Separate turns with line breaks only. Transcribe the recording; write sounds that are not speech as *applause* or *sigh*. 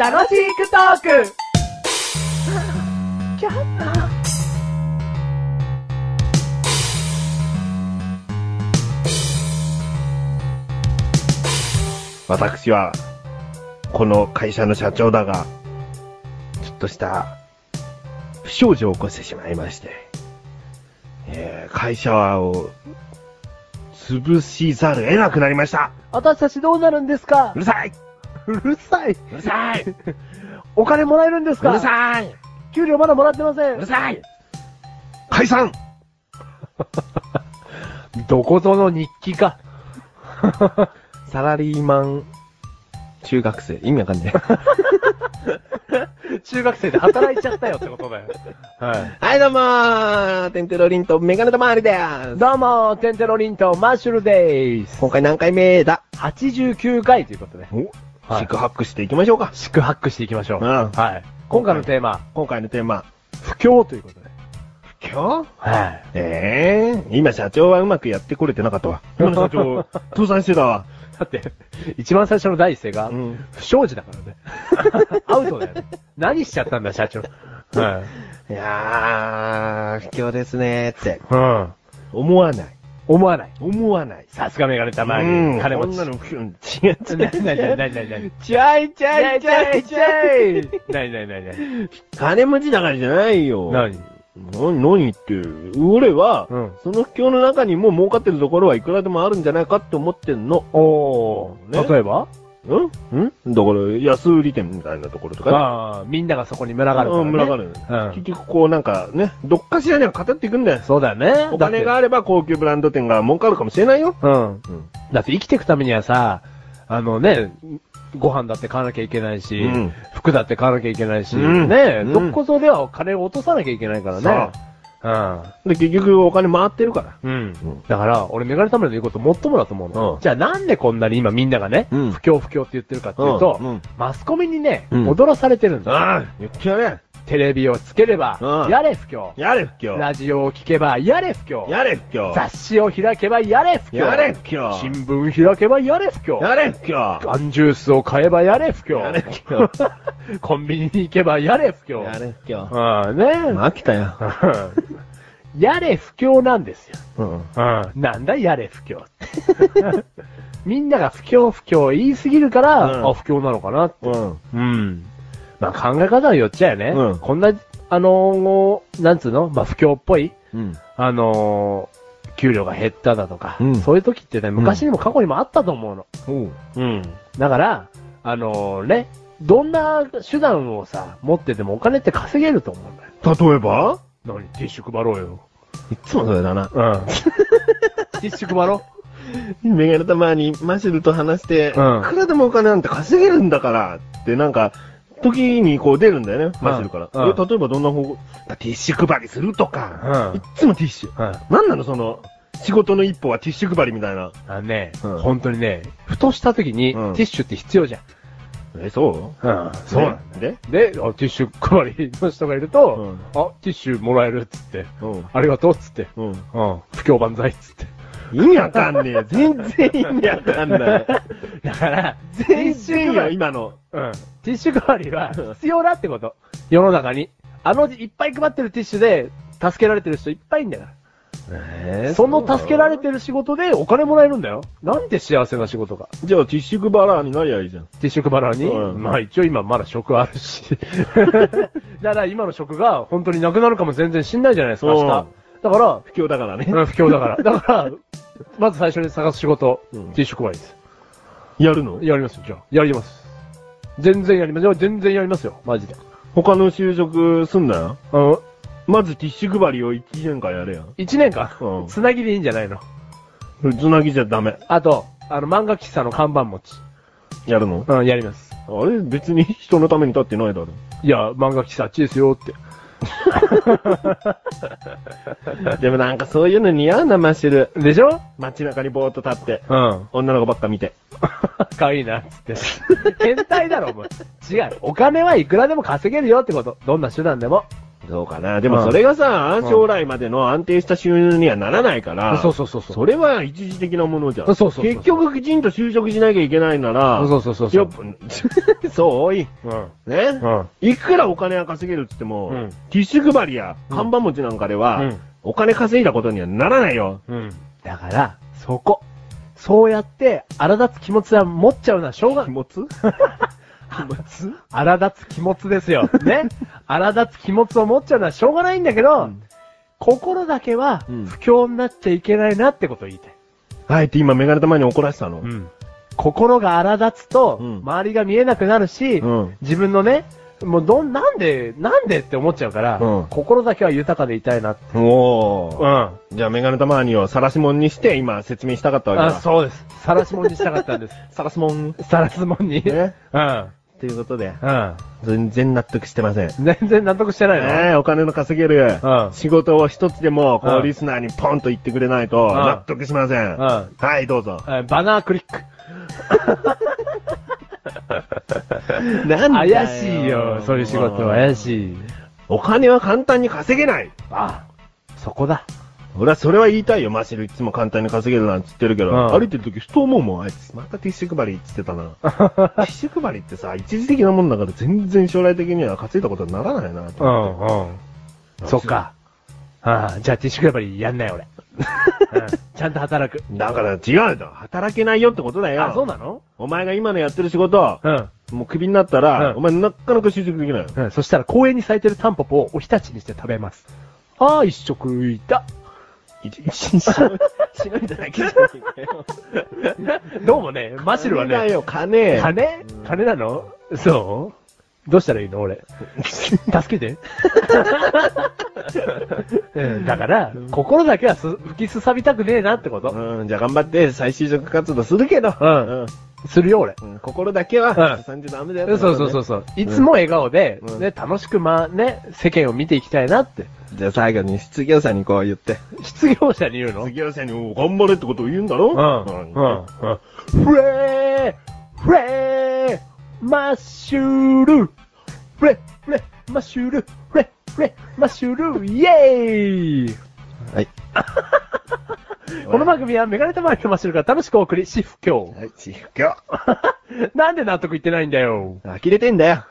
楽しくトーク
私は、この会社の社長だが、ちょっとした、不祥事を起こしてしまいまして、えー会社を、潰しざるを得なくなりました
私たちどうなるんですか
うるさいう
るさいう
るさ *laughs* いう
お金もらえるんです
う
か
るさい
給料まだもらってませ
うんるさい解散 *laughs* どこぞの日記か。 *laughs* サラリーマン、中学生。意味わかんない。
中学生で働いちゃったよってこと
*laughs*
だよ。はい。
はい、どうもー、テンテロリンとメガネとマーリです。
どうも、テンテロリンとマッシュルでーす。
今回何回目だ
89回ということで、
お、
はい
四苦八苦していきましょうか。
四苦八苦していきましょう。
うん
はい。今回のテーマ、
今回のテーマ、
不況ということで。
不況
はい。
ええー、今社長はうまくやってこれてなかったわ。今の社長、倒産してたわ。
*laughs* だって、一番最初の第一声が、
うん
不祥事だからね。 *laughs* アウトだよね。何しちゃったんだ、社長。はい。
いやー、不況ですねーって。
うん。
思わない。
思わない。
思わない。
さすがメガネたま
うん
に、金持
こん
ち。
なの不況、違
*laughs*
う
なになになになになになに
ちゃいちゃいちゃいちゃい
なになになになに
金持ちだからじゃないよ。
なに
何、何って、俺は、
うん
その不況の中にも儲かってるところはいくらでもあるんじゃないかって思ってんの。
お
ね
ー。例えば
うんんだから、安売り店みたいなところとかね。
ああ、みんながそこに群がるから、ね。
うん、群がる。
うん
結局こうなんかね、どっかしらには語っていくんだよ。
そうだよね。
お金
だ
が
っ
あれば高級ブランド店が儲かるかもしれないよ。
て。うん。
うん。
だって生きていくためにはさ、あのね、ご飯だって買わなきゃいけないし、
うん
服だって買わなきゃいけないし、
うん
ね、
うん
どこぞでは金を落とさなきゃいけないからね。
で、結局お金回ってるから。
うん。うん
うん。
だから、俺、メガネタムレの言うこともっともだと思うの。
うん
じゃあなんでこんなに今みんながね、
うん
不況不況って言ってるかっていうと、
うんうん
マスコミにね、
うん
踊らされてるんだ。
ああ、言ってやれ。
テレビをつければ、
うん
やれ不況。
やれ、不況。
ラジオを聞けば、やれ不況。
やれ、不況。
雑誌を開けばやれ不況。
やれ、不況。
新聞開けばやれ不況。
やれ、不況。
ガンジュースを買えばやれ不況。
やれ、不況。
コンビニに行けばやれ不況。
やれ、不況。
ああね、
飽きたよ。
*laughs* やれ不況なんですよ。
うん。
なんだやれ不況 *laughs* って。みんなが不況不況言いすぎるから、
うん
あ、不況なのかなって。
うん。
うん。まあ考え方によっちゃよね。
うん
こんな、あのーなんつうのまあ不況っぽい
うん。
あのー給料が減っただとか、
うん
そういう時ってね、昔にも過去にもあったと思うの。
うん。
うん。だから、あのね、どんな手段をさ、持っててもお金って稼げると思うんだよ。
例えば
何ティッシュ配ろうよ。
いつもそれ
*laughs*
だ
う
な。
ん。ティッシュ配ろ
メガネたまにマシルと話して、
うん
いくらでもお金なんて稼げるんだからってなんか、時にこう出るんだよね、マシルから。
うん
え例えばどんな方法ティッシュ配りするとか、
うん
いっつもティッシュ。
う。うん。あ
なんなのその、仕事の一歩はティッシュ配りみたいな。
のね、
うん
本当にね、ふとした時に、
うん
ティッシュって必要じゃん。
え、そ
うん。
う
そうなん
んで
で、あティッシュ配りの人がいると、
うん
あ、ティッシュもらえるっつって、
うん。
ありがとうっつって、
うん。
うん。不況万歳っつって。
意味わかんねえ。全然意味わかんない。
*laughs* だから、
全然よ、今の。
うんティッシュ配りは必要だってこと。世の中に。あの、いっぱい配ってるティッシュで、助けられてる人いっぱいいんだか
え
ら。その助けられてる仕事でお金もらえるんだよ。なんて幸せな仕事か。
じゃあティッシュ配らーになりゃいいじゃん。
ティッシュ配らに、
うん
まあ一応今まだ職あるし。 *laughs* だから今の職が本当になくなるかも全然しんないじゃないですか、明日。だから、
不況だからね。
うん不況だから。だから、まず最初に探す仕事、
うん
ティッシュ配りです。
やるの
やりますよ、じゃあ。やります。全然やりますよ。全然やりますよ。マジで。
他の就職すんなよ。
あの、
まずティッシュ配りを1年間やれよ。
一年間、
うん
つなぎでいいんじゃないの
つなぎじゃダメ。
あと、あの、漫画喫茶の看板持ち。
やるの
うん、やります。
あれ別に人のために立ってない
*laughs*
だろ。
いや、漫画喫茶あっちですよって。
でもなんかそういうの似合うな、マッシュル。
でしょ
街中にぼーっと立って、
うん。
女の子ばっか見て。
*laughs* かわいいな、つって。変態だろ、お前。違う。お金はいくらでも稼げるよってこと。どんな手段でも。
そうかな。でもそれがさ、将来までの安定した収入にはならないから、
そうそうそうそう。
それは一時的なものじゃん。
そうそうそう
結局きちんと就職しなきゃいけないなら、
そうそうそうそう。
やっぱ *laughs* そう、多い。
うん。
ね、
うん。
いくらお金は稼げるって言っても、
うん
ティッシュ配りや看板持ちなんかでは、
うん
お金稼いだことにはならないよ。
うん。
だから、そこ。そうやって、荒立つ気持ちは持っちゃうのはしょうが *laughs*
気持ち気持ち
荒立つ気持ちですよ。ね。荒立つ気持ちを持っちゃうのはしょうがないんだけど、心だけは
うん
不況になっちゃいけないなってことを言いたい。
あえて今メガネ玉に怒らせたの。
ん。
心が荒立つと、
うん
周りが見えなくなるし、
うん
自分のね、もうどん、なんで、なんでって思っちゃうから、
うん
心だけは豊かでいたいなって。
お
う
ー。
ん。
じゃあメガネ玉にを晒しもんにして今説明したかったわけ
あ
だ。
そうです。さらしもんにしたかったんです。 *laughs*
晒しもん。
さらすもんに。
ね。
*laughs* うん。
ということで、
うん。
全然納得してません。
全然納得してないの、
ねえ、お金の稼げる
うん
仕事を一つでも、こ
う
う、
ん
リスナーにポンと言ってくれないと、
ん
納得しません。
ん
はい、どうぞ。
えーバナークリッ *laughs* ク。
な
怪しいよ、そういう仕事は怪
い。
しい。
お金は簡単に稼げない
ああ、そこだ。
俺はそれは言いたいよ、マシルいつも簡単に稼げるなんて言ってるけど、
うん
歩いてる時ふと思うもん、あいつ。またティッシュ配りって言っ
*laughs*
てたな。ティッシュ配りってさ、一時的なもんだから全然将来的には稼いだことにならないなと思って。
うん。そっか。ああ、じゃあティッシュ配りやんない *laughs* 俺。うんちゃんと働く。
だから違うだ働けないよってことだよ。
あ、そうなの
お前が今のやってる仕事、
うん。
もうクビになったら、
うん
お前なかなか就職できないよ。
うん、そしたら公園に咲いてるタンポポをおひたちにして食べます。ああ、一食浮いた。
一日しのいだだけじゃねえかよ。
*laughs* どうもね、マシルは
金だ
ね、
よ、金。
金金なのそうどうしたらいいの
*laughs*
俺。助けて。うんだから、心だけはす吹きすさびたくねえなってこと。
うん、じゃあ頑張って再就職活動するけど、
うんするよ俺。
うん、心だけは、
うん
さんじゃダメだよ、
そうそうそうそう。いつも笑顔で、
うん
ね、楽しくま、ね、世間を見ていきたいなって。
じゃあ最後に失業者にこう言って。
失業者に言うの
失業者にお頑張れってことを言うんだろ
うん。うん。フレーフレーマッシュルフレフレマッシュルフレフレマッシュルイェーイ
はい。
*laughs* この番組はメガネタマイクマッシュルが楽しくお送り、シフ教。
はい、失業。
なんで納得いってないんだよ。
呆れてんだよ。